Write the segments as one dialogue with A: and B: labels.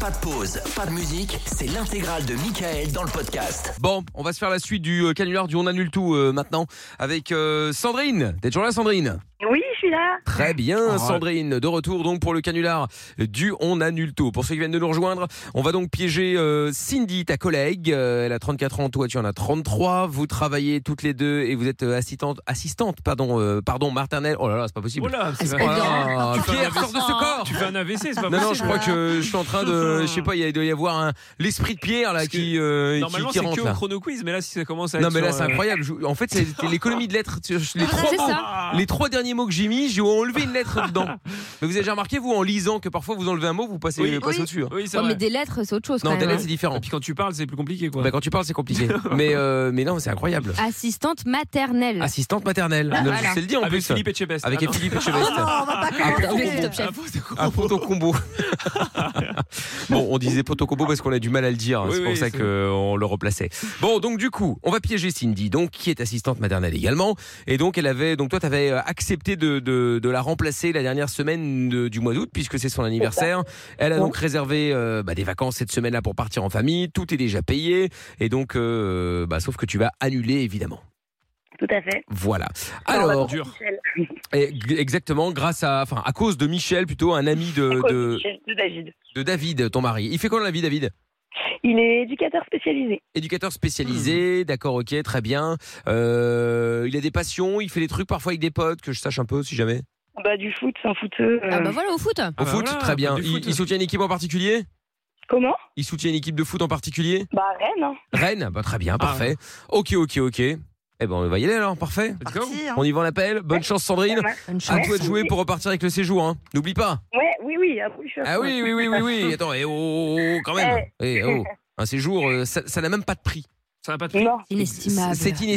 A: Pas de pause, pas de musique, c'est l'intégrale de Michael dans le podcast.
B: Bon, on va se faire la suite du euh, canular du On annule tout euh, maintenant avec euh, Sandrine. T'es toujours là, Sandrine
C: Oui, je suis là.
B: Très
D: Ah,
B: bien, Sandrine. De retour donc pour le canular du On annule tout. Pour ceux qui viennent de nous rejoindre, on va donc piéger euh, Cindy, ta collègue. Euh, elle a 34 ans, toi tu en as 33. Vous travaillez toutes les deux et vous êtes euh, assistante, assistante, pardon, euh, pardon, Martinelle. Oh là là, c'est pas possible.
D: Oh là, c'est
B: Oh
D: pas-
B: là là,
D: Tu fais
B: Pierre,
D: un
B: sors de ce corps
D: tu fais un AVC, c'est
B: non,
D: pas
B: non, je
D: possible.
B: crois que je suis en train de. Je sais pas, il y a- il doit y avoir un- l'esprit de Pierre là
D: Parce que
B: qui, euh, qui,
D: Normalement,
B: qui
D: c'est
B: rentre.
D: que au
B: là.
D: chrono quiz, mais là, si ça commence à
B: Non
D: être
B: mais là
D: sur,
B: c'est
D: euh,
B: incroyable. Je- En fait c'est c'est l'économie de lettres. Tu- je- Les trois,
E: Ah, c'est
B: mots-
E: ça.
D: Ah,
B: les trois derniers mots que j'ai mis, j'ai enlevé une lettre dedans. Mais vous avez déjà remarqué vous en lisant que parfois vous enlevez un mot, vous passez,
D: Oui.
B: passez
E: Oui.
B: au-dessus. hein.
D: Oui, c'est
E: Ouais, mais
D: vrai.
E: des lettres, c'est autre chose.
B: Non,
E: quand
B: des
E: même.
B: lettres c'est différent.
D: Et puis quand tu parles, c'est plus compliqué, quoi.
B: Bah, quand tu parles c'est compliqué. mais euh, mais non c'est incroyable.
E: hein. Assistante maternelle.
B: Assistante maternelle. Non,
E: Mmh. Voilà.
B: Je sais le dire en
D: Avec
B: plus.
D: Philippe Etchebest.
B: Avec
D: Ah non.
B: Philippe Etchebest. Un
D: Ah, faut-
B: poteau combo. bon, on disait poteau combo parce qu'on a du mal à le dire. hein.
D: Oui,
B: c'est pour
D: oui,
B: ça
D: c'est-
B: qu'on le replaçait. Bon, donc du coup, on va piéger Cindy, donc qui est assistante maternelle également. Et donc, elle avait, donc toi, t'avais euh, accepté de, de, de la remplacer la dernière semaine de- du mois d'août puisque c'est son anniversaire. Elle a donc réservé euh, bah, des vacances cette semaine-là pour partir en famille. Tout est déjà payé. Et donc, euh, bah, sauf que tu vas annuler évidemment.
C: Tout à fait.
B: Voilà.
C: Alors,
B: Alors, Euh,
D: Dur.
C: Michel.
B: et- exactement, grâce à, enfin, à cause de Michel, plutôt un ami de, de,
C: Michel de David.
B: de David, ton mari. Il fait quoi dans la vie, David
C: Il est éducateur spécialisé.
B: Éducateur spécialisé,
D: Hmm.
B: d'accord, ok, très bien. Euh, il a des passions, il fait des trucs parfois avec des potes, que je sache un peu si jamais.
C: Bah, du foot, c'est un footeux. euh,
E: Ah bah voilà, au foot.
B: Au
D: bah
B: foot,
D: voilà,
B: très bien.
D: du
B: Il,
D: foot.
B: il soutient une équipe en particulier
C: Comment
B: Il soutient une équipe de foot en particulier
C: Bah, Rennes. hein.
B: Rennes bah, Très
D: Ah.
B: bien, parfait. Ok, ok, ok. Eh ben, on va y aller alors, parfait.
D: Let's go.
B: On y va, on l'appelle. Bonne chance, Sandrine.
E: Bonne
B: À
E: chance.
B: toi de jouer pour repartir avec le séjour, hein. N'oublie pas.
C: Ouais, oui, oui. Ah, oui, je suis à
B: Ah
C: fond.
B: oui, oui, oui, oui, oui. Attends, eh oh, oh, oh, quand même. Eh, oh. Un séjour, euh, ça ça n'a même pas de prix.
D: Ça n'a pas de prix.
C: Non.
E: Inestimable.
B: C'est inestimable,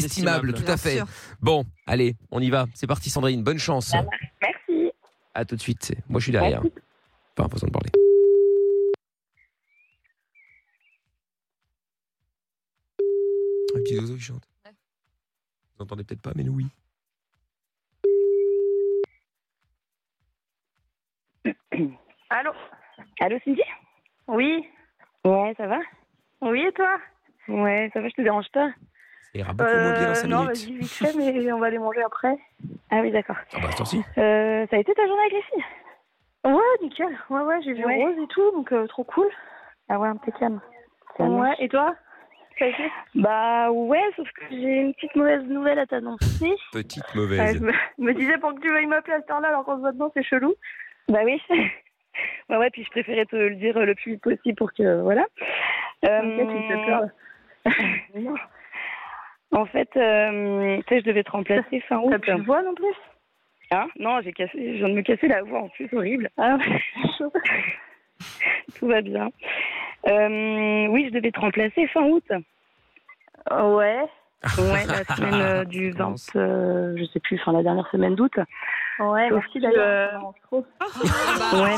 D: Inestimable.
B: tout à fait. Bon, allez, on y va. C'est parti, Sandrine. Bonne chance.
C: Merci.
B: À tout de suite. Moi, je suis derrière. Pas besoin de parler. Un petit oiseau qui chante. Vous entendez peut-être pas, mais nous, oui.
C: Allô Allô, Cindy Oui. Ouais, ça va Oui, et toi Ouais, ça va, je te dérange pas
B: Ça ira beaucoup moins bien dans 5
C: Euh, Non,
B: hein, minutes.
C: vas-y, vite fait, mais on va aller manger après. Ah oui, d'accord.
B: Ah bah, tant pis.
C: Euh, ça a été ta journée avec les filles Ouais, nickel. Ouais, ouais, j'ai vu Rose et tout, donc euh, trop cool. Ah ouais, impeccable. Ouais, et toi ça a été Bah ouais, sauf que j'ai une petite mauvaise nouvelle à t'annoncer.
B: Petite
C: Ouais,
B: mauvaise.
C: je me, je me disais pour que tu veuilles m'appeler à cette heure-là alors qu'on se voit dedans, c'est chelou. Bah oui. bah ouais, puis je préférais te le dire euh, le plus vite possible pour que. euh, Voilà. Euh, en fait, euh, tu sais, je devais te remplacer fin août. T'as plus de voix non plus Hein Non, j'ai cassé, je viens de me casser la voix en plus, horrible. Ah, Tout va bien. Euh, oui, je devais te remplacer fin août. Ouais. Ouais, la semaine euh, du 20,
B: Commence.
C: euh, je sais plus, enfin la dernière semaine d'août. Ouais, merci d'ailleurs. Ouais,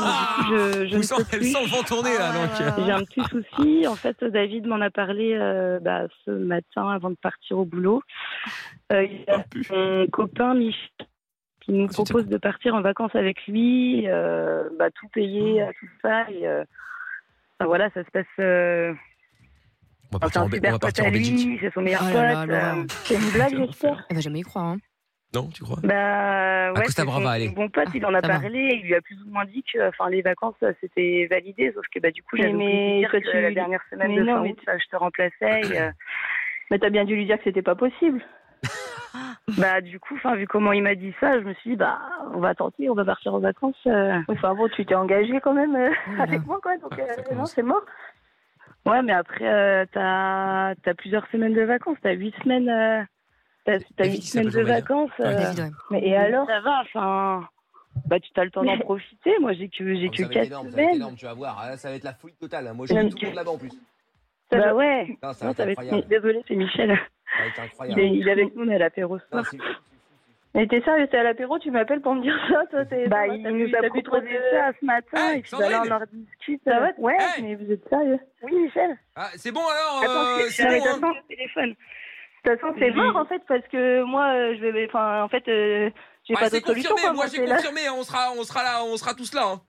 C: mais du coup, je, je
B: Vous
C: ne
B: sent-
C: peux
B: elle
C: plus. Oh
B: sent le vent tourner, là,
E: Ah
B: donc. euh,
C: J'ai un petit souci. En fait, David m'en a parlé euh, bah, ce matin avant de partir au boulot. Euh, il y a mon copain Mich qui nous
B: Ensuite,
C: propose de partir en vacances avec lui, euh, bah, tout
B: Mmh.
C: payer, tout ça. Et, euh, enfin, voilà, ça se passe. euh,
B: On va
C: c'est
B: partir
C: un
B: en, Be- on
C: super
B: va
C: pote
B: partir
C: à
B: en Belgique.
C: lui, c'est son meilleur
E: Oh
C: pote.
E: là là,
C: euh,
E: l'horreur.
C: c'est une blague, j'espère.
E: Elle va jamais y croire. hein.
B: Non, tu crois
C: Bah, ouais,
B: Costa
C: c'est
B: Brava,
C: son-
B: allez.
C: son Bon pote,
E: Ah,
C: il en a
E: ça va.
C: parlé, il lui a plus ou moins dit que enfin, les vacances, ça, c'était validé, sauf que bah, du coup, j'avais oublié de dire que la dernière semaine de fin août, bah, je te remplaçais. et, euh,
F: Mais t'as bien dû lui dire que c'était pas possible.
C: bah, du coup, enfin, vu comment il m'a dit ça, je me suis dit, bah, on va tenter, on va partir en vacances. euh.
F: Enfin bon, tu t'es engagé quand même euh,
E: Oh là là.
F: avec moi, quoi. Donc
B: Ah, ça
F: euh, non,
B: commence.
F: c'est mort.
C: Ouais, mais après, euh, t'as as plusieurs semaines de vacances, t'as huit semaines, euh, t'as- t'as
B: David,
C: huit
B: il
C: semaines de
B: s'appelle Jean-Marie.
C: vacances.
B: Ouais,
C: euh,
B: David,
E: David, ouais.
C: mais et alors Ça va, enfin, bah, tu as le temps d'en profiter. Moi, j'ai que, j'ai que quatre semaines.
B: tu vas voir. Ah, Ça va être la fouille totale. hein. Moi,
C: j'ai tout le monde
B: là-bas en plus.
C: Bah ouais.
B: Non,
C: Non, ça va être... Désolée, c'est Michel.
B: Ça va être
C: Il est, il est avec nous, on est à l'apéro ce soir.
F: Mais t'es sérieux, t'es à l'apéro, tu m'appelles pour me dire ça, toi. t'es-
C: Bah,
F: t'as
C: il
F: bu-
C: nous
F: t'as
C: a
F: bu trop
C: proposé
F: de-
C: ça ce matin,
B: Hey,
C: et puis bah, là, on
B: Sandrine
C: en rediscute.
F: Ça va Ah,
C: ouais,
B: Hey
F: Mais vous êtes sérieux
C: oui, Michel.
B: Ah, c'est bon alors
C: Attends,
B: euh,
C: je
B: c'est
C: non, mais
B: bon, hein.
C: t'attends le téléphone.
F: De toute façon, c'est
C: Oui.
F: mort en fait, parce que moi, euh, je vais. Enfin, en fait, euh, j'ai
B: Ah,
F: pas
B: c'est
F: d'autre solution.
B: confirmé,
F: quoi,
B: moi
F: moi,
B: j'ai
F: c'est là.
B: confirmé, hein, on sera, on sera là, on sera tous là. hein.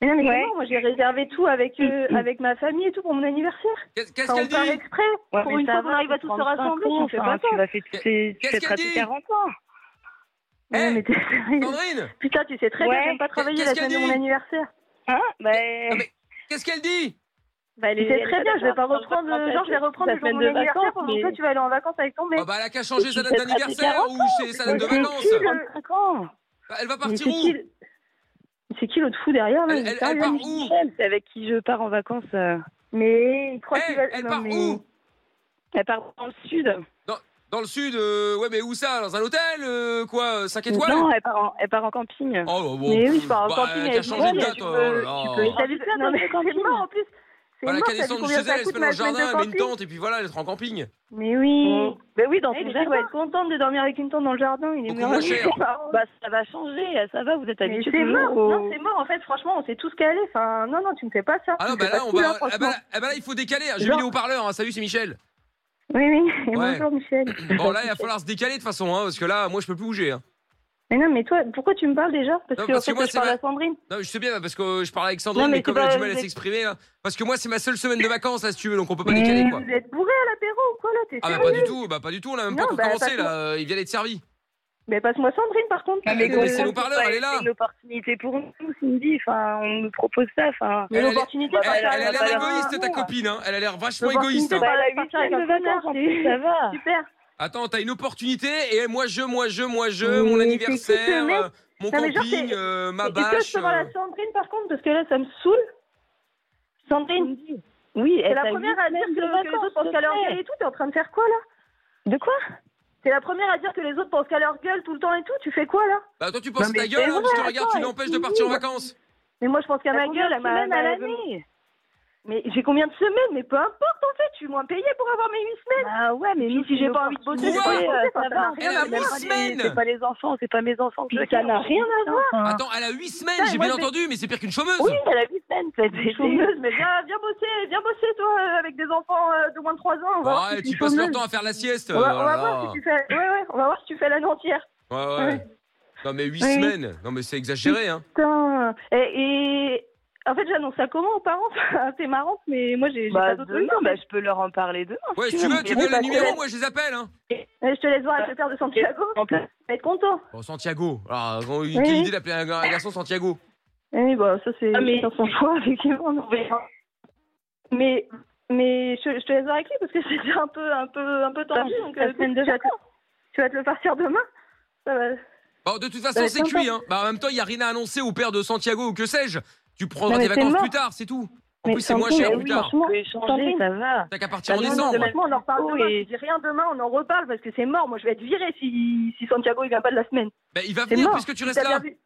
F: Mais non, mais
C: Ouais.
F: comment Moi, j'ai réservé tout avec, euh, avec ma famille et tout pour mon anniversaire.
B: Qu'est-ce
F: Enfin, on
B: qu'elle
F: part
B: dit
F: exprès
C: Ouais,
F: pour
C: mais
F: une
C: ça
F: fois
C: va,
F: qu'on arrive à
C: tu
F: tous
C: prends
F: se rassembler.
C: cinq ans,
F: on fait
C: enfin,
F: pas ça.
C: Tu vas faire tous tes- tu
B: Qu'est-ce
C: fêteras
B: qu'elle
C: tes
B: dit
C: 40 ans. Hein
F: Non,
B: Eh,
F: mais t'es sérieux
B: Sandrine
F: Putain, tu sais très bien,
C: Ouais.
F: j'aime pas travailler
B: Qu'est-ce
F: la semaine de
B: qu'elle
F: mon
B: dit
F: anniversaire.
C: Hein bah,
B: Ah, mais Qu'est-ce qu'elle dit
C: bah,
F: Tu
C: les-
F: sais très bien, je vais pas
C: Attends,
F: reprendre.
C: attends,
F: Genre, je vais
C: attends,
F: reprendre
C: ta
F: le jour de
C: semaine
F: mon
C: de
F: anniversaire
C: vacances,
F: pendant
C: mais-
F: que toi, tu vas aller en vacances avec ton mec.
B: Ah bah, Elle a qu'à changer sa date
C: tu fêteras tes
B: d'anniversaire
C: 40
B: ou chez sa date
C: Mais
B: de
C: c'est
B: vacances
C: qui, le 35 ans
B: Bah, Elle va
F: Mais
B: partir
F: c'est
B: où
F: qui le- C'est qui l'autre fou derrière là
B: Elle-
F: il est
B: elle-
F: sérieux
B: elle part
F: lui
B: où
C: Michel, c'est avec qui je pars en vacances. euh.
F: Mais il croit
B: Eh,
F: qu'il va.
B: elle
F: non,
B: part
F: mais-
B: où
C: Elle part dans le sud.
B: Dans le sud euh, Ouais, mais où ça Dans un hôtel euh, Quoi 5 étoiles
C: Non, elle part en, elle part en camping.
B: Oh, bah, bon.
F: Mais oui, je pars en
B: Bah,
F: camping
B: T'as
F: avec
B: changé
F: mon
B: de
F: mec,
B: date,
F: tu
B: oh
F: peux-
B: là
F: Mais
B: là.
F: t'as vu ça,
C: Non,
F: non,
C: mais
F: mais
C: quand
F: c'est
C: même.
F: mort en plus. C'est
B: Voilà,
F: mort,
B: qu'elle
F: t'as vu
B: descende chez
F: combien
B: elle,
F: ça
B: elle se
F: coûte
B: met dans
F: ma
B: le
F: semaine de
B: jardin, elle met une
F: camping
B: tente, et puis voilà, elle sera en camping.
F: Mais oui.
C: Mais oui, dans
F: Eh,
C: ton
F: déjà, elle va
C: jardin.
F: être contente de dormir avec une tante dans le jardin. Il est
B: Beaucoup
F: mort.
B: moins cher.
C: Bah, ça va changer, ça va, vous êtes
F: Mais
C: habitués.
F: c'est mort.
C: toujours au-
F: Non, c'est mort. En fait, franchement, on s'est tous calés. Enfin, non, non, tu me fais pas ça.
B: Ah non,
F: Tu
B: bah
F: me fais
B: là,
F: pas
B: on
F: tout,
B: va. Ah bah
F: franchement.
B: là, ah bah là, il faut décaler. hein. J'ai
F: Genre-
B: mis les haut-parleurs. hein. Salut, c'est Michel.
F: Oui, oui. Et
B: Ouais.
F: bonjour, Michel.
B: Bon, là, il va falloir se décaler de toute façon, hein, parce que là, moi, je peux plus bouger. hein.
F: Mais non, mais toi, pourquoi tu me parles déjà Parce
B: Non,
F: que, en
B: parce que
F: fait,
B: moi,
F: je
B: c'est
F: parle
B: ma-
F: à Sandrine.
B: Non, mais je sais bien, parce que euh, je parle avec Sandrine,
F: Non, mais
B: mais comme
F: c'est
B: elle a
F: pas-
B: du mal à
F: vous êtes-
B: s'exprimer, là. Parce que moi, c'est ma seule semaine de vacances, là, si tu veux, donc on peut pas
F: Mais
B: décaler, quoi.
F: Vous êtes bourré à l'apéro ou quoi là T'es
B: Ah, bah,
F: sérieux
B: pas du tout, bah, pas du tout, on a même
F: Non,
B: pas encore
F: bah,
B: commencé,
F: parce que-
B: là. euh, Il vient d'être servi.
F: Mais passe-moi Sandrine par contre.
C: Ah,
F: parce
B: mais
F: que-
B: Mais
C: comprends
B: c'est nos
C: que
B: parleurs,
C: pas-
B: elle est là.
C: C'est une opportunité pour nous, Cindy. Enfin, on nous propose ça. Enfin,
F: Mais
B: Elle, elle est-
F: l'opportunité,
C: Bah,
B: Elle, Eh, elle
C: ça
B: a
C: va
B: l'air
C: pas leur-
B: égoïste, ta
F: Ouais.
B: copine, hein. Elle a l'air vachement
F: Je pense
B: égoïste,
F: qu'il
B: hein.
F: fait
C: bah, la
F: partir
C: huitième
F: avec un
C: de vacances, en
F: connard, c'est-
C: plus, ça va.
F: Super.
B: Attends, t'as une opportunité, et moi, je, moi, je, moi, je,
F: Mais
B: mon
F: c'est qui
B: anniversaire,
F: ce mec
B: euh, mon
F: Non, mais genre,
B: camping,
F: c'est-
B: euh, ma
F: Mais Est-ce que je
B: bâche.
F: peux voir
B: euh,
F: la Sandrine par contre Parce que là, ça me saoule. Sandrine,
C: Oui,
F: c'est la première à dire que, que les autres pensent qu'à leur gueule et tout. T'es en train de faire quoi là
C: De quoi
F: T'es la première à dire que les autres pensent qu'à leur gueule tout le temps et tout. Tu fais quoi là
B: Bah, toi, tu penses à
C: mais
B: ta gueule,
C: c'est
B: hein, parce que
C: vrai,
B: regarde, tu
C: attends,
B: l'empêches
C: elle
B: de
C: est
B: partir en
C: nulle.
B: vacances.
F: Mais moi, je pense qu'à ma gueule, à ma semaine à l'année.
C: l'année.
F: Mais j'ai combien de semaines Mais peu importe en fait. Je suis moins payée pour avoir mes 8 semaines.
C: Ah ouais, mais
F: Puis
C: nous,
F: si j'ai
C: nos
F: pas envie de bosser,
C: enfants,
B: c'est pas
C: ouais, euh, ça
F: les enfants, ça
C: va.
F: n'a
B: rien à
C: C'est pas
B: voir.
C: les-
B: Semaine.
C: C'est pas les enfants, c'est pas mes enfants que je
F: Ça
C: garde.
F: n'a rien à voir.
C: Enfin,
B: Attends, elle a 8 semaines,
F: Putain,
B: j'ai
F: Ah. moi,
B: bien
F: je-
B: entendu, mais c'est pire qu'une chômeuse.
C: Oui, elle a 8 semaines, peut-être.
F: Des chômeuses, mais viens, viens bosser, viens bosser toi euh, avec des enfants euh, de moins de 3 ans. On va voir
B: Ouais,
F: si
B: tu
F: tu
B: passes
F: chômeuse.
B: leur temps à faire la sieste.
F: On va,
B: euh,
F: on va
B: voilà.
F: voir si tu fais. Ouais, ouais, on va voir si tu fais l'année entière.
B: Ouais, ouais. Non, mais 8
F: Oui.
B: semaines. Non, mais c'est exagéré, hein.
F: Putain. Et, et- en fait, j'annonce ça comment aux parents C'est marrant, mais moi j'ai j'ai
C: Bah,
F: pas d'autre
C: demain, bah, je peux leur en parler demain.
F: Oh,
B: Ouais, si tu veux, tu
C: mais
B: donnes
C: pas
B: le
C: de
B: numéro,
C: problème.
B: moi je les appelle, hein.
F: Je te laisse voir avec le père de Santiago.
C: En plus,
F: Tu vas être content.
B: Bon, Santiago. Alors, quand- quelle
F: Oui.
B: idée d'appeler un gar- un garçon Santiago
F: Oui, bah ça c'est
C: Ah, mais-
F: c'est son choix, effectivement. on verra. Mais mais je, je te laisse voir avec lui parce que c'était un peu un peu un peu tendu.
C: Bah,
F: Donc
C: la
F: euh,
C: semaine de
F: tu vas te- Tu vas te le faire faire demain. Ça va.
B: Bon, de toute façon,
F: Ouais,
B: c'est cuit, hein. Bah, en même temps, il n'y a rien à annoncer au père de Santiago ou que sais-je. Tu prendras
F: Non,
B: tes
F: mais c'est
B: vacances
F: mort.
B: plus tard, c'est tout. En
F: Mais
B: plus, c'est moins
F: Santiago,
B: cher
F: mais
B: plus
F: oui,
B: tard.
C: on peut échanger,
F: T'en
C: ça va.
B: T'as qu'à partir en
C: Bah, non,
B: décembre.
F: Honnêtement, on en reparle
C: Oh,
F: demain.
C: et-
F: Si j'ai rien demain, on en reparle parce que c'est mort. Moi, je vais être virée si, si Santiago il vient pas de la semaine.
B: Bah, il va
F: C'est
B: venir
F: mort.
B: puisque tu
F: T'as
B: restes
F: bien
B: là.
F: vu.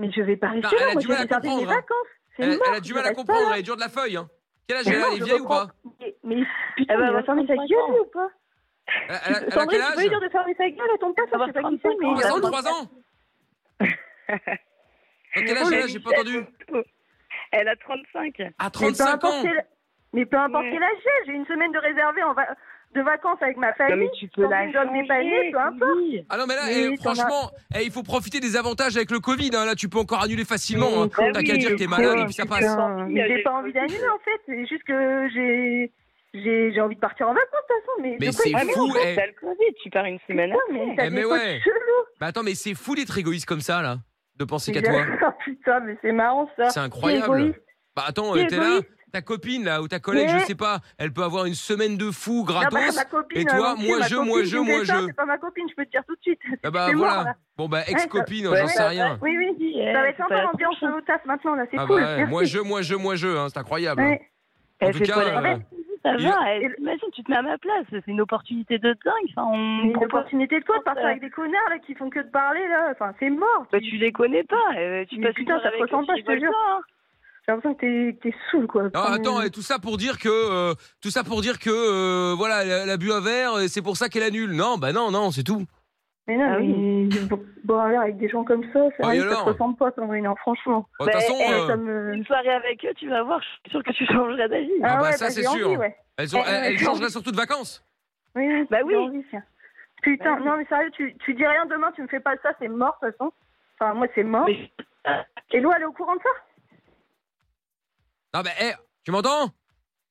F: Mais je vais pas rester
B: Bah, elle a
F: là. Moi,
B: du
F: je
B: mal à
F: vais regarder mes
B: comprendre, hein.
F: vacances. C'est
B: Elle,
F: mort.
B: elle a du mal
F: je
B: à
F: reste
B: comprendre,
F: pas
B: elle est dure de la feuille, hein. Quel âge
F: là.
B: elle a
F: Non,
B: Elle est
F: je
B: vieille ou
F: reprends.
B: pas
F: Mais, mais
C: Eh ben,
F: putain,
C: Elle va
F: elle va
C: avoir
F: fermer sa
C: 35
F: gueule
C: ans.
F: lui, ou pas
B: elle, elle- elle a
F: Sandrine,
B: quel
F: tu peux lui dire
B: âge
F: de fermer sa gueule à ton pote
C: Elle va
F: Je sais pas
C: avoir
F: qui c'est,
C: 35
F: mais
C: ans.
F: il va
B: 63 ans T'as quel âge elle a J'ai pas entendu.
C: Elle a 35.
B: À
F: Mais peu
B: 35
F: importe
B: ans
F: quel- Mais peu importe
C: Ouais.
F: quel âge j'ai, j'ai une semaine de réservée en va- de vacances avec ma
C: Non,
F: famille.
C: mais tu peux la
F: Sandrine doit me dépanner,
C: changer,
F: peu importe.
C: Cindy.
B: Ah non mais là
F: Oui,
B: eh,
F: t'en as-
B: franchement eh, il faut profiter des avantages avec le Covid hein. là tu peux encore annuler facilement
C: Oui,
B: hein.
C: bah
B: t'as
C: oui,
B: qu'à dire que t'es
C: je
B: malade
C: crois,
B: et puis ça
C: je
B: passe.
C: crois.
F: Mais j'ai pas envie d'annuler en fait, c'est juste que j'ai j'ai j'ai envie de partir en vacances de toute façon, mais
B: Mais
F: de quoi
B: c'est
F: il
C: Ah, mais
B: fou,
C: non,
B: eh.
C: t'as le Covid, tu pars une semaine
F: parle, mais
B: Eh,
F: t'as
B: mais
F: des
B: ouais.
F: potes chelous.
B: Bah attends mais c'est fou d'être égoïste comme ça là de penser qu'à
F: Mais
B: toi.
F: j'ai- Putain, mais c'est marrant ça.
B: C'est incroyable.
F: égoïste.
B: Bah attends
F: C'est
B: euh, t'es là
F: égoïste.
B: ta copine là ou ta collègue
F: Ouais.
B: je sais pas elle peut avoir une semaine de fou
F: Non, bah,
B: gratos.
F: ma copine,
B: Et toi,
F: euh, tu sais,
B: moi,
F: ma
B: je, moi,
F: copine
B: je,
F: qui me
B: moi,
F: fait ça,
B: je.
F: C'est pas ma copine, je peux te dire tout de suite.
B: Ah bah
F: C'est mort,
B: voilà.
F: là.
B: Bon bah ex copine
C: Ouais,
B: j'en
C: ouais,
B: sais rien.
F: Oui,
C: Bah,
F: Eh, oui.
C: Eh,
F: Ça va être sympa l'ambiance au taf maintenant, là, c'est
B: Ah bah
F: cool.
B: ouais,
F: merci.
B: moi je moi je moi je hein, c'est incroyable.
F: Ouais.
B: En tout cas euh,
C: hein. Ça
B: il-
C: va, elle- imagine, tu te mets à ma place, c'est une opportunité de dingue. Enfin, on
F: Mais
C: propose-
F: l'opportunité de quoi de partir
C: Ouais.
F: avec des connards là qui font que de parler là Enfin, c'est mort.
C: Bah, tu les connais pas, euh, tu
F: Mais
C: passes une
F: putain,
C: heure
F: ça te
C: avec
F: ressemble
C: eux,
F: pas,
C: tu
F: je te
C: rigoles
F: jure.
C: pas, hein.
F: J'ai l'impression que t'es- que t'es saoul quoi.
B: Ah, attends, et tout ça pour dire que euh, tout ça pour dire que euh, voilà, elle, elle a bu un verre et c'est pour ça qu'elle annule. Non, bah non, non, c'est tout.
F: Mais non,
C: Ah
F: mais bo- boire un verre avec des gens comme ça,
B: Ah,
F: ça,
B: et
F: ça
B: alors
F: te ressemble pas, Sandrine, non, franchement. Eh,
B: Bon, De toute
C: Bah,
B: façon,
C: elle,
B: euh,
F: Ça me-
C: Une soirée avec eux, tu vas voir, je suis sûre que tu changeras d'avis.
B: Ah bah,
F: ouais,
B: ça, c'est
F: j'ai envie,
B: sûr.
F: ouais.
B: elles, ont- elles-
F: elle- elle-
B: elles changeraient surtout de vacances.
F: Oui, oui,
C: Bah
F: j'ai
C: oui.
F: envie, tiens. Putain,
C: Bah oui.
F: non mais sérieux, tu, tu dis rien demain, tu me fais pas ça, c'est mort de toute façon. Enfin, moi c'est mort.
C: Mais-
F: Et Lou, elle est au courant de ça
B: Non, mais, hé, tu m'entends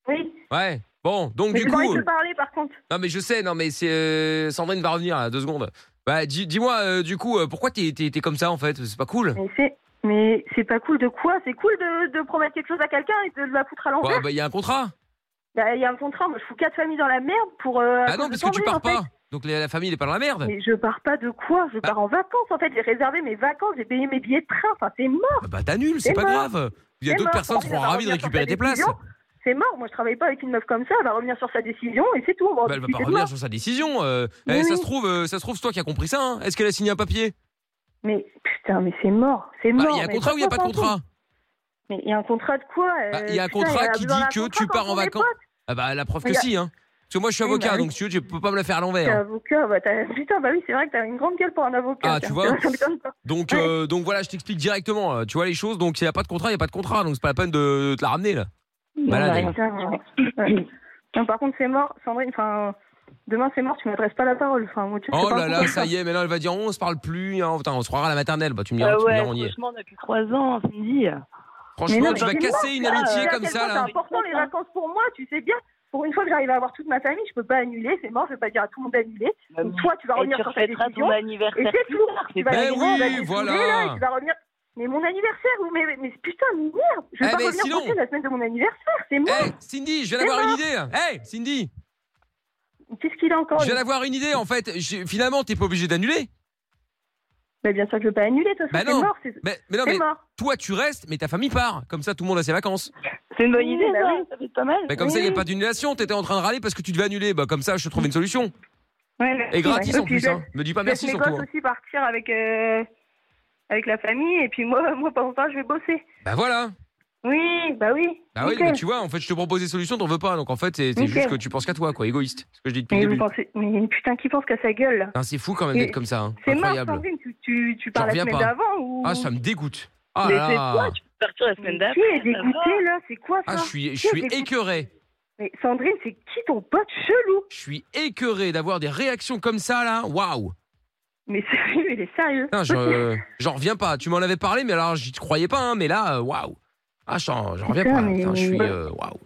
F: Oui.
B: Ouais. Bon, donc
F: Mais
B: du
F: j'ai pas envie
B: coup. euh,
F: de te parler par contre.
B: Non, mais je sais, non, mais c'est. euh, Sandrine va revenir, là, deux secondes. Bah, dis- dis-moi, euh, du coup, euh, pourquoi t'es t'es- t'es comme ça, en fait C'est pas cool
F: Mais c'est, mais c'est pas cool de quoi C'est cool de, de promettre quelque chose à quelqu'un et de la foutre à l'envers.
B: Bah, bah, il y a un contrat.
F: Bah, il y a un contrat, moi je fous quatre familles dans la merde pour. Euh, à
B: Ah non, parce
F: cause de
B: que tu
F: Sandrine,
B: pars
F: en
B: pas.
F: fait.
B: Donc la la famille, elle est pas Ah. dans la merde.
F: Mais je pars pas de quoi Je pars en vacances en fait, j'ai réservé mes vacances, j'ai payé mes billets de train, enfin c'est mort.
B: Bah, bah, t'annules, c'est
F: C'est
B: pas
F: mort.
B: grave. Il y a
F: C'est
B: d'autres
F: mort.
B: personnes qui
F: Sandrine,
B: seront
F: elle va
B: ravies de
F: revenir sur
B: récupérer
F: sa
B: tes places.
F: décision. C'est mort, moi je travaille pas avec une meuf comme ça, elle va revenir sur sa décision et c'est tout. on va en
B: Bah, elle va pas
F: discuter
B: revenir
F: demain.
B: sur sa décision. euh. Eh,
F: Oui,
B: ça
F: oui.
B: se trouve, euh, ça se trouve, c'est toi qui as compris ça. hein. Est-ce qu'elle a signé un papier
F: Mais putain, mais c'est mort, c'est
B: Bah,
F: mort.
B: Il y a un
F: mais
B: contrat ou il y a pas de
F: comprends tout.
B: contrat
F: Mais il y a un contrat de quoi euh,
B: Bah, il y a un
F: putain,
B: contrat
F: elle a
B: qui
F: besoin
B: dit
F: d'un
B: que
F: contrat
B: tu
F: quand
B: pars en
F: on est
B: vacances.
F: potes,
B: Ah bah la preuve
F: Mais
B: que
F: y a-
B: si. Hein. Parce que moi, je suis
F: Oui,
B: avocat,
F: bah oui.
B: donc si tu veux, je peux pas me la faire à
F: T'es
B: l'envers.
F: avocat, bah, t'as- putain, bah oui, c'est vrai que t'as une grande gueule pour un avocat.
B: Ah, tu
F: tiens,
B: vois.
F: c'est vrai, ça m'étonne pas.
B: Donc, euh, donc voilà, je t'explique directement. euh, Tu vois les choses. Donc s'il n'y a pas de contrat, il n'y a pas de contrat. Donc c'est pas la peine de te la ramener là. Malade,
F: bah,
B: hein. elle.
F: Putain, ouais. Ouais. Non, par contre, c'est mort, Sandrine. Enfin, demain, c'est mort, tu m'adresses pas la parole. Enfin, moi, tu
B: Oh là là, ça y est, mais là elle va dire on se parle plus, hein, putain, on se croira à la maternelle, bah tu me diras,
G: Ah
B: tu me
G: ouais,
B: diras, on y est.
G: franchement, depuis trois ans, Cindy.
C: euh,
B: Franchement,
F: non,
B: tu
F: mais
B: vas
F: c'est
B: casser une
F: Ah, tu sais
B: amitié
F: à
B: comme
F: quel
B: ça
F: point C'est
B: là.
F: important les vacances pour moi, tu sais bien. Pour une fois que j'arrive à avoir toute ma famille, je peux pas annuler, c'est mort, je vais pas dire à tout le monde d'annuler.
C: Euh,
F: Donc toi, tu vas
G: Et
F: revenir
G: tu
F: sur ta
G: refêteras
F: décision.
G: ton anniversaire.
F: Et c'est
G: plus
F: tout.
G: tard,
F: Tu
G: c'est
F: vas
G: pas
B: Mais ben
F: aller
G: grave.
B: oui,
F: voir, on va discuter,
B: voilà.
F: là, et tu vas revenir. Mais mon anniversaire, oui, mais, mais putain, mais merde, je vais
B: Eh,
F: pas
B: mais
F: revenir
B: sinon-
F: bosser la semaine de mon anniversaire, c'est
B: Hé,
F: moi.
B: Eh, Cindy, je viens
F: C'est
B: d'avoir une
F: mort.
B: idée. là. Hé, Cindy,
F: Qu'est-ce qu'il a encore
B: Eh, je viens d'avoir une idée en fait. J'ai- Finalement, t'es pas obligé d'annuler.
F: Mais Ben, bien sûr que je vais pas annuler, de toute
B: Bah
F: façon,
B: non.
F: c'est mort, c'est
B: Mais, mais non,
F: c'est
B: mais
F: mort.
B: toi tu restes, mais ta famille part. Comme ça, tout le monde a ses vacances.
G: C'est une bonne
F: Oui,
G: idée,
F: bah
G: ça.
F: oui.
G: Ça fait pas mal.
B: Mais comme ça, il n'y a pas d'annulation. T'étais en train de râler parce que tu devais annuler. Bah comme ça, je te trouve une solution. Et gratis
F: Ouais.
B: en
F: Et puis,
B: plus.
F: je-
B: Hein. Me dis pas
F: Je
B: merci
F: laisse mes
B: surtout.
F: gosses
B: hein.
F: aussi partir avec, euh, avec la famille, et puis moi, moi pendant ce temps, je vais bosser.
B: Bah voilà.
F: Oui, bah oui.
B: Bah oui,
F: Nickel.
B: mais tu vois, en fait, je te propose des solutions, t'en veux pas. Donc en fait, c'est c'est
F: Nickel.
B: juste que tu penses qu'à toi, quoi, égoïste. C'est Ce que je dis depuis
F: mais,
B: le
F: vous
B: début.
F: pensez... mais putain, qui pense qu'à sa gueule là
B: Putain, C'est fou quand même
F: Et-
B: d'être comme ça. hein.
F: C'est mort,
B: Incroyable.
F: Sandrine, tu, tu, tu parles la
B: reviens
F: semaine
B: pas.
F: d'avant ou.
B: Ah, ça me dégoûte. Ah
G: Mais
B: là
G: c'est
B: là.
G: toi, tu peux partir la semaine
F: Mais
G: d'après.
F: qui est
G: ça va.
F: dégoûté là C'est quoi ça
B: Ah, je suis, je suis écœuré.
F: Mais Sandrine, c'est qui ton pote chelou
B: Je suis écœuré d'avoir des réactions comme ça, là. Waouh.
F: Mais sérieux, il est sérieux.
B: Putain, je- euh, J'en reviens pas. Tu m'en avais parlé, mais alors, j'y te croyais pas, hein, mais là, euh, waouh. Ah, j'en j'en reviens
F: Putain,
B: pas.
F: mais-
B: Putain, je suis. euh, Waouh.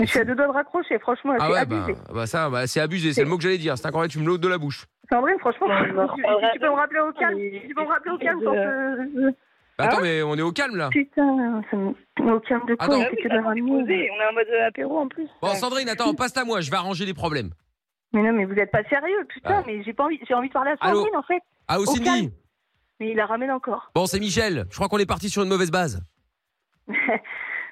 F: Mais je suis à deux doigts de raccrocher, franchement,
B: Ah
F: c'est
B: ouais, bah,
F: abusé.
B: bah ça, bah, c'est abusé. C'est le mot que j'allais dire. C'est incroyable, tu me l'ôtes de la bouche.
F: Sandrine, franchement,
G: Non,
F: si
G: non,
F: tu,
G: non,
F: si tu peux me rappeler au calme.
G: mais-
F: si Tu peux me rappeler au calme
G: mais-
F: quand. euh,
B: Bah, Attends, mais on est au calme, là.
F: Putain, ça me... au calme de quoi
B: Attends.
F: on
G: Ah
F: fait
G: oui,
F: que de
G: attends,
F: ramener.
G: posé, On est en mode
C: euh,
G: apéro en plus.
B: Bon, Sandrine, attends, passe à moi. Je vais arranger les problèmes.
F: Mais non, mais vous êtes pas sérieux, putain,
B: Ah.
F: mais j'ai pas envie, j'ai envie de parler à
B: Allô
F: Sandrine en fait.
B: Ah,
F: Au
B: Cindy.
F: calme. Mais il la ramène encore.
B: Bon, c'est Michel. Je crois qu'on est parti sur une mauvaise base.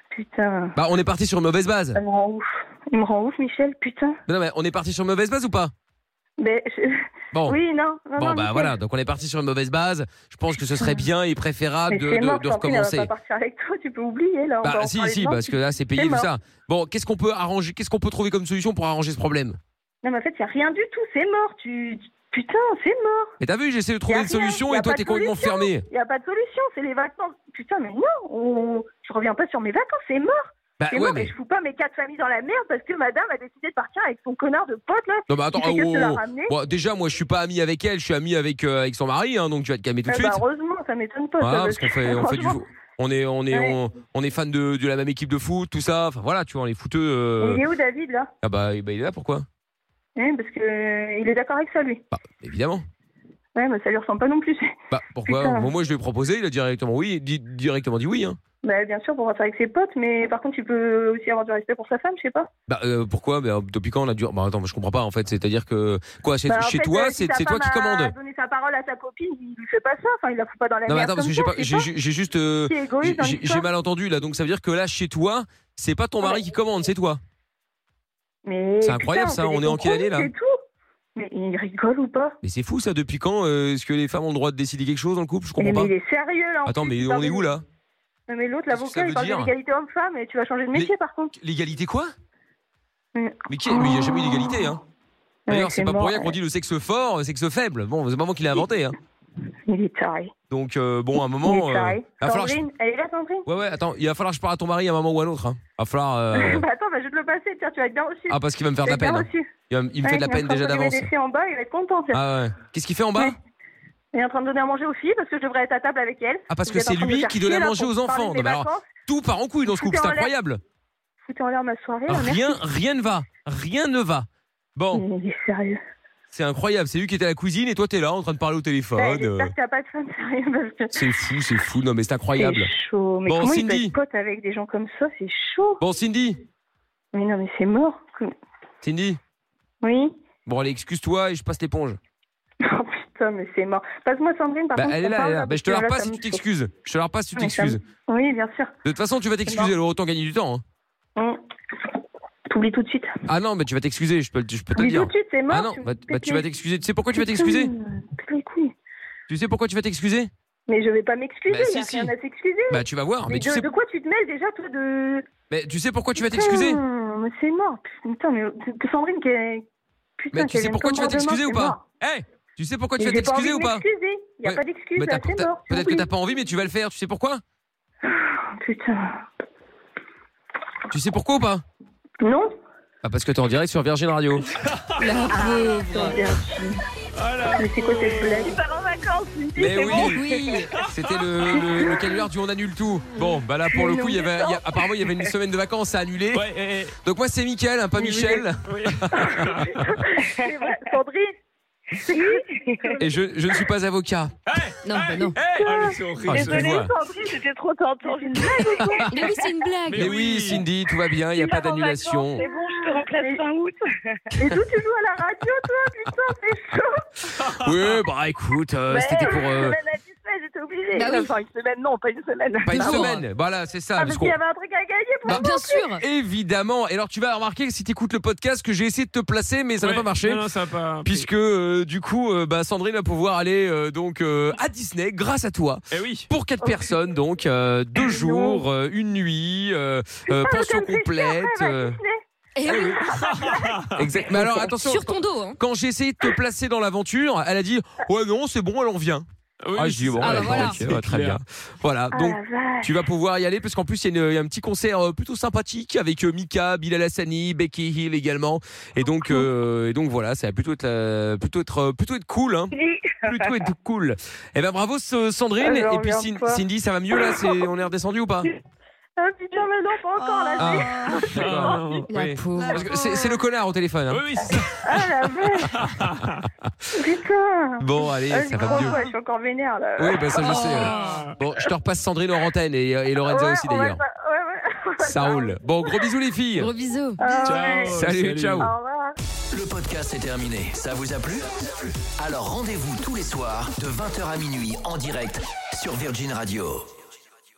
F: Putain,
B: Bah, on est parti sur une mauvaise base.
F: ça me rend ouf. Il me rend ouf, Michel, putain.
B: Non, non, mais on est parti sur une mauvaise base ou pas
F: Mais je-
B: Bon.
F: Oui, non, non,
B: Bon, bah
F: non, Michel.
B: voilà, donc on est parti sur une mauvaise base. Je pense que ce serait bien et préférable
F: Mais
B: de,
F: c'est
B: de-
F: mort,
B: de
F: Sandrine, elle
B: recommencer.
F: va pas partir avec toi, tu peux oublier là. on va
B: Bah,
F: en
B: si,
F: parler
B: si,
F: demain.
B: parce que là, c'est payé
F: C'est
B: tout
F: mort.
B: ça. Bon, qu'est-ce qu'on peut arranger Qu'est-ce qu'on peut trouver comme solution pour arranger ce problème
F: Non, mais en fait, il a rien du tout, c'est mort, tu. tu- Putain, c'est mort,
B: Et t'as vu, j'essaie de trouver
F: Y a
B: une
F: rien,
B: solution
F: y a
B: et toi,
F: pas
B: t'es
F: de
B: complètement fermé.
F: il n'y a pas de solution, c'est les vacances. Putain, mais non, on- je reviens pas sur mes vacances, c'est mort,
B: Bah,
F: c'est
B: ouais,
F: mort,
B: mais.
F: mais je fous pas mes quatre familles dans la merde parce que madame a décidé de partir avec son connard de pote là.
B: Non, mais attends,
F: qui fait que
B: oh,
F: de la
B: oh, oh.
F: ramener.
B: Bon, déjà, moi, je suis pas ami avec elle, je suis ami avec, euh, avec son mari, hein, donc tu vas te calmer tout de
F: Eh
B: suite.
F: bah, heureusement, ça m'étonne pas. ça,
B: Voilà,
F: parce
B: parce qu'on
F: que
B: fait, on fait du
F: franchement,
B: fo- On est, on est,
F: Ouais.
B: on, on est fan de, de la même équipe de foot, tout ça. Enfin voilà, tu vois, on est fouteux. euh,
F: Il est où David là
B: Ah bah, eh ben, il est là, pourquoi
F: Hein, Parce que euh, il est d'accord avec ça lui.
B: Bah, évidemment.
F: Ouais, mais ça lui ressemble pas non plus.
B: Bah, pourquoi
F: Putain.
B: Moi, je lui ai proposé, il a directement oui, dit- directement dit oui. Hein.
F: Bah, bien sûr, pour rentrer avec ses potes, mais par contre, tu peux aussi avoir du respect pour sa femme, je sais pas.
B: Bah, euh, pourquoi bah, Depuis quand on a dû. Bah, attends, je comprends pas en fait. C'est-à-dire que. Quoi chez,
F: Bah, en
B: chez
F: fait, euh,
B: toi,
F: si
B: c'est
F: sa
B: c'est toi
F: femme
B: qui
F: a
B: commandes
F: donné sa parole à sa copine, il lui fait pas ça. Enfin, il la fout pas dans la
B: Non, mais
F: merde.
B: attends, parce que
F: comme
B: j'ai
F: ça,
B: pas-
F: je sais
B: j'ai
F: pas.
B: j'ai juste. euh,
F: C'est égoïste
B: j'ai
F: dans
B: j'ai- j'ai
F: l'histoire.
B: mal entendu là, donc ça veut dire que là, chez toi, c'est pas ton mari qui commande, c'est toi.
F: Mais
B: C'est incroyable,
F: putain,
B: ça,
F: on fait
B: on
F: des
B: est en quelle année, là
F: compromis, c'est tout. Mais il rigole ou pas
B: Mais c'est fou ça, depuis quand euh, Est-ce que les femmes ont le droit de décider quelque chose dans le couple Je
F: mais,
B: comprends pas.
F: il est sérieux là. en
B: Attends,
F: plus,
B: mais
F: il
B: on
F: parle
B: est
F: de-
B: où là
F: Non, mais l'autre,
B: Qu'est-ce que ça
F: l'avocat, il
B: veut
F: parle de
B: dire
F: l'égalité homme-femme et tu vas changer de métier par contre.
B: L'égalité quoi
F: Mm.
B: Mais qui- mais il n'y a jamais eu d'égalité, hein D'ailleurs,
F: Ouais,
B: c'est pas pour
F: mort.
B: rien qu'on dit le sexe fort, le sexe faible. Bon, c'est pas moi qui l'ai inventé. Hein.
F: Il est taré.
B: Donc, euh, bon, à un
F: Il
B: moment.
F: est
B: euh,
F: taré.
B: va falloir que je-
F: Sandrine, elle est là, Sandrine
B: Ouais, ouais, attends, il va falloir que je parle à ton mari à un moment ou à un autre. Hein. Il va falloir. euh,
F: Bah attends, bah je vais te le passer, tiens, tu vas être bien reçu.
B: Ah, parce qu'il va me faire
F: Tu
B: de
F: vas
B: la
F: être bien
B: peine. hein.
F: reçu.
B: Il, va- il me
F: Ouais,
B: fait de la
F: il est en
B: peine
F: train
B: déjà
F: donner
B: d'avance.
F: mes déchets en bas, il va être content. tiens.
B: Ah ouais. Qu'est-ce qu'il fait en bas
F: Ouais. Il est en train de donner à manger aux filles parce que je devrais être à table avec elle.
B: Ah, parce
F: Vous
B: que
F: êtes en
B: c'est
F: train de me
B: lui
F: faire
B: qui donne à
F: chier, là,
B: manger
F: pour
B: aux
F: parler
B: enfants.
F: de
B: Non,
F: mes
B: mais alors,
F: vacances.
B: Tout part en couille dans ce couple, c'est incroyable.
F: Foutez en l'air ma soirée. hein, merci.
B: Rien, rien ne va. Rien ne va. Bon,
F: Mais il est sérieux.
B: c'est incroyable. C'est lui qui était à la cuisine et toi, t'es là en train de parler au
F: Ouais,
B: téléphone. euh,
F: J'espère que t'as pas de femme sérieux parce que
B: C'est fou, c'est fou. Non, mais c'est
F: c'est
B: incroyable.
F: chaud. Mais
B: Bon,
F: comment il peut
B: Cindy.
F: être pote avec des gens comme ça C'est chaud.
B: Bon, Cindy,
F: Mais non, mais c'est mort.
B: Cindy,
F: Oui.
B: bon, allez, excuse-toi et je passe l'éponge.
F: Oh putain, mais c'est mort. Passe-moi Sandrine, par
B: Bah,
F: contre.
B: elle
F: on
B: est là,
F: parle, hein,
B: elle est là.
F: parce
B: Bah, je te
F: que
B: la
F: là,
B: repasse
F: ça
B: si
F: me
B: tu
F: chauffe.
B: t'excuses. Je te la repasse si tu
F: Ouais, ça me-
B: t'excuses.
F: Oui, bien sûr.
B: De toute façon, tu vas t'excuser, alors autant gagner du temps. hein.
F: Hum. T'oublies tout de suite.
B: Ah non, mais tu vas t'excuser, je peux, le- je peux te le
F: T'oublies tout
B: dire.
F: de suite, c'est mort.
B: Ah non,
F: me
B: bah,
F: fais
B: bah, tu vas
F: péter.
B: t'excuser. Tu sais pourquoi tu vas
F: Putain,
B: t'excuser
F: pète les couilles.
B: Tu sais pourquoi tu vas t'excuser
F: Mais je vais pas m'excuser,
B: Bah, si,
F: y a
B: si.
F: rien à s'excuser.
B: Bah tu vas voir,
F: mais
B: mais
F: de,
B: tu sais,
F: de quoi tu te mêles déjà, toi, de.
B: mais tu sais pourquoi tu vas t'excuser
F: Putain, mais C'est mort. Putain, mais que Sandrine, qui est. Putain,
B: Mais tu
F: qu'elle
B: sais
F: est
B: pourquoi tu vas
F: tombée en
B: t'excuser
F: demain,
B: ou
F: c'est
B: pas
F: mort.
B: Eh Tu sais pourquoi tu
F: Mais
B: vas
F: j'ai pas
B: t'excuser
F: envie
B: ou
F: de
B: pas
F: m'excuser. Y a
B: Ouais.
F: pas d'excuse,
B: Mais
F: là,
B: t'as-
F: c'est
B: t'as-
F: mort.
B: peut-être que t'as pas envie, mais tu vas le faire. Tu sais pourquoi
F: Putain.
B: Tu sais pourquoi ou pas
F: Non
B: Ah parce que t'es en direct sur Virgin Radio.
E: La
B: Ah.
E: pauvre.
F: Bien sûr. Mais c'est quoi cette blague
G: pars en vacances, Cindy,
B: Mais
G: c'est
B: oui.
G: bon.
E: Oui.
B: C'était le, le, le canular du on annule tout. Bon, bah là pour le coup, il y avait, il y a- apparemment il y avait une semaine de vacances à annuler.
D: Ouais, eh, eh,
B: Donc moi c'est Mickaël, hein, pas
F: Oui, oui.
B: Michel.
D: oui.
F: C'est vrai, Sandrine
B: Et je, je ne suis pas avocat.
E: Non, bah non.
D: Eh, ah, mais c'est horrible.
B: Ah, c'est-
G: Désolée,
B: Excuse-moi.
G: Sandrine, j'étais trop tentant. Je suis
E: Mais oui, c'est une blague.
D: Mais
B: Mais
D: oui.
B: oui, Cindy, tout va bien, il n'y a pas
G: en vacances,
B: d'annulation.
G: C'est bon, je te remplace fin août.
F: Et d'où tu joues à la radio, toi Putain, c'est chaud
B: Oui, bah écoute, euh, c'était pour
F: Une
B: euh,
F: semaine à Disney, j'étais obligée.
E: Bah oui.
G: Enfin, une semaine, non, pas une semaine.
B: pas une
E: Bah,
B: semaine. Voilà, c'est ça.
F: Ah,
B: parce
F: parce
B: qu'on-
F: qu'il y avait un truc à gagner pour
E: Bah, bien sûr.
B: Évidemment. Et alors tu vas remarquer que si t'écoutes le podcast que j'ai essayé de te placer, mais ça n'a
D: Ouais.
B: pas marché.
D: Non, non, ça n'a pas.
B: Puisque euh, du coup, euh, bah, Sandrine va pouvoir aller euh, donc euh, à Disney grâce à toi
D: Eh oui.
B: pour quatre personnes donc euh, deux jours, euh, une nuit, euh, euh, pension
F: comme c'est
B: complète. euh,
F: Ah, Eh
E: Et Eh oui,
B: exact. Mais alors attention.
E: sur ton dos. Hein.
B: Quand j'ai essayé de te placer dans l'aventure, elle a dit ouais non c'est bon elle en vient.
D: Oui,
B: ah je dis bon
E: Ah,
B: elle
E: bah, voilà.
B: ok, ouais, très bien. Voilà donc Tu vas pouvoir y aller parce qu'en plus il y, a une- il y a un petit concert euh, plutôt sympathique avec euh, Mika, Bilal Hassani, Becky Hill également et donc euh, et donc voilà ça va plutôt être euh, plutôt être euh, plutôt être cool hein. plutôt être cool. Et ben bravo ce- Sandrine
F: Alors,
B: et puis
F: regarde
B: Cin-
F: pas.
B: Cindy ça va mieux là c'est on est redescendu ou pas
F: Ah putain, mais non, pas encore là.
E: Ah,
D: Ah, non, non.
E: La
B: Oui.
E: pauvre.
B: Parce que c'est c'est le connard au téléphone. hein.
D: Oui, oui, c'est ça.
F: Ah la vache Putain
B: Bon allez
F: ah, j'y
B: ça va
F: crois
B: mieux.
F: pas, je suis encore vénère là.
B: Oui ben ça je
E: Oh.
B: sais. ouais. Bon je te repasse Sandrine en antenne et, euh, et Lorenza
F: Ouais,
B: aussi
F: on va
B: d'ailleurs.
F: pas- Ouais, ouais.
B: Ça roule. Bon gros bisous les filles.
E: Gros bisous.
F: Ah, ouais.
D: Ciao.
B: Salut, ciao.
F: Au revoir.
A: Le podcast est terminé. Ça vous a plu Alors rendez-vous tous les soirs de 20h à minuit en direct sur Virgin Radio.